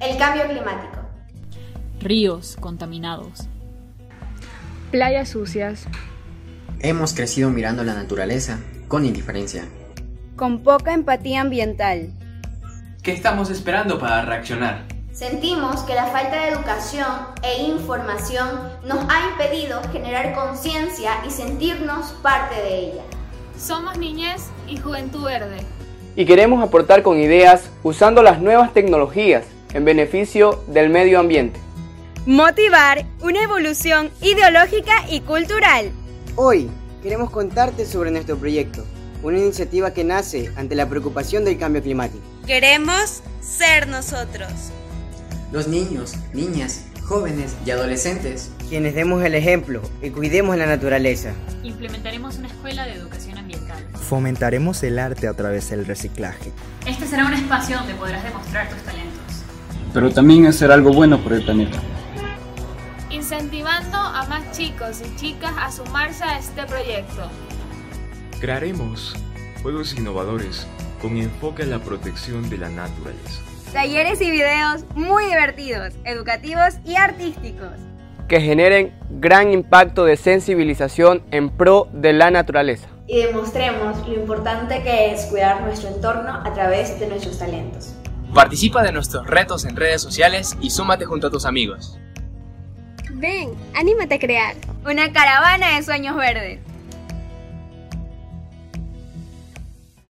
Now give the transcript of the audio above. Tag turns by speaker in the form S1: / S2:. S1: El cambio climático.
S2: Ríos contaminados.
S3: Playas sucias.
S4: Hemos crecido mirando la naturaleza con indiferencia.
S5: Con poca empatía ambiental.
S6: ¿Qué estamos esperando para reaccionar?
S1: Sentimos que la falta de educación e información nos ha impedido generar conciencia y sentirnos parte de ella.
S7: Somos niñez y juventud verde.
S8: Y queremos aportar con ideas usando las nuevas tecnologías en beneficio del medio ambiente.
S5: Motivar una evolución ideológica y cultural.
S9: Hoy queremos contarte sobre nuestro proyecto, una iniciativa que nace ante la preocupación del cambio climático.
S5: Queremos ser nosotros.
S4: Los niños, niñas, jóvenes y adolescentes.
S9: Quienes demos el ejemplo y cuidemos la naturaleza.
S2: Implementaremos una escuela de educación ambiental.
S10: Fomentaremos el arte a través del reciclaje.
S2: Este será un espacio donde podrás demostrar tus talentos.
S11: Pero también hacer algo bueno por el planeta.
S7: Incentivando a más chicos y chicas a sumarse a este proyecto.
S12: Crearemos juegos innovadores con enfoque a la protección de la naturaleza.
S5: Talleres y videos muy divertidos, educativos y artísticos.
S8: Que generen gran impacto de sensibilización en pro de la naturaleza.
S1: Y demostremos lo importante que es cuidar nuestro entorno a través de nuestros talentos.
S8: Participa de nuestros retos en redes sociales y súmate junto a tus amigos.
S3: Ven, anímate a crear
S5: una caravana de sueños verdes.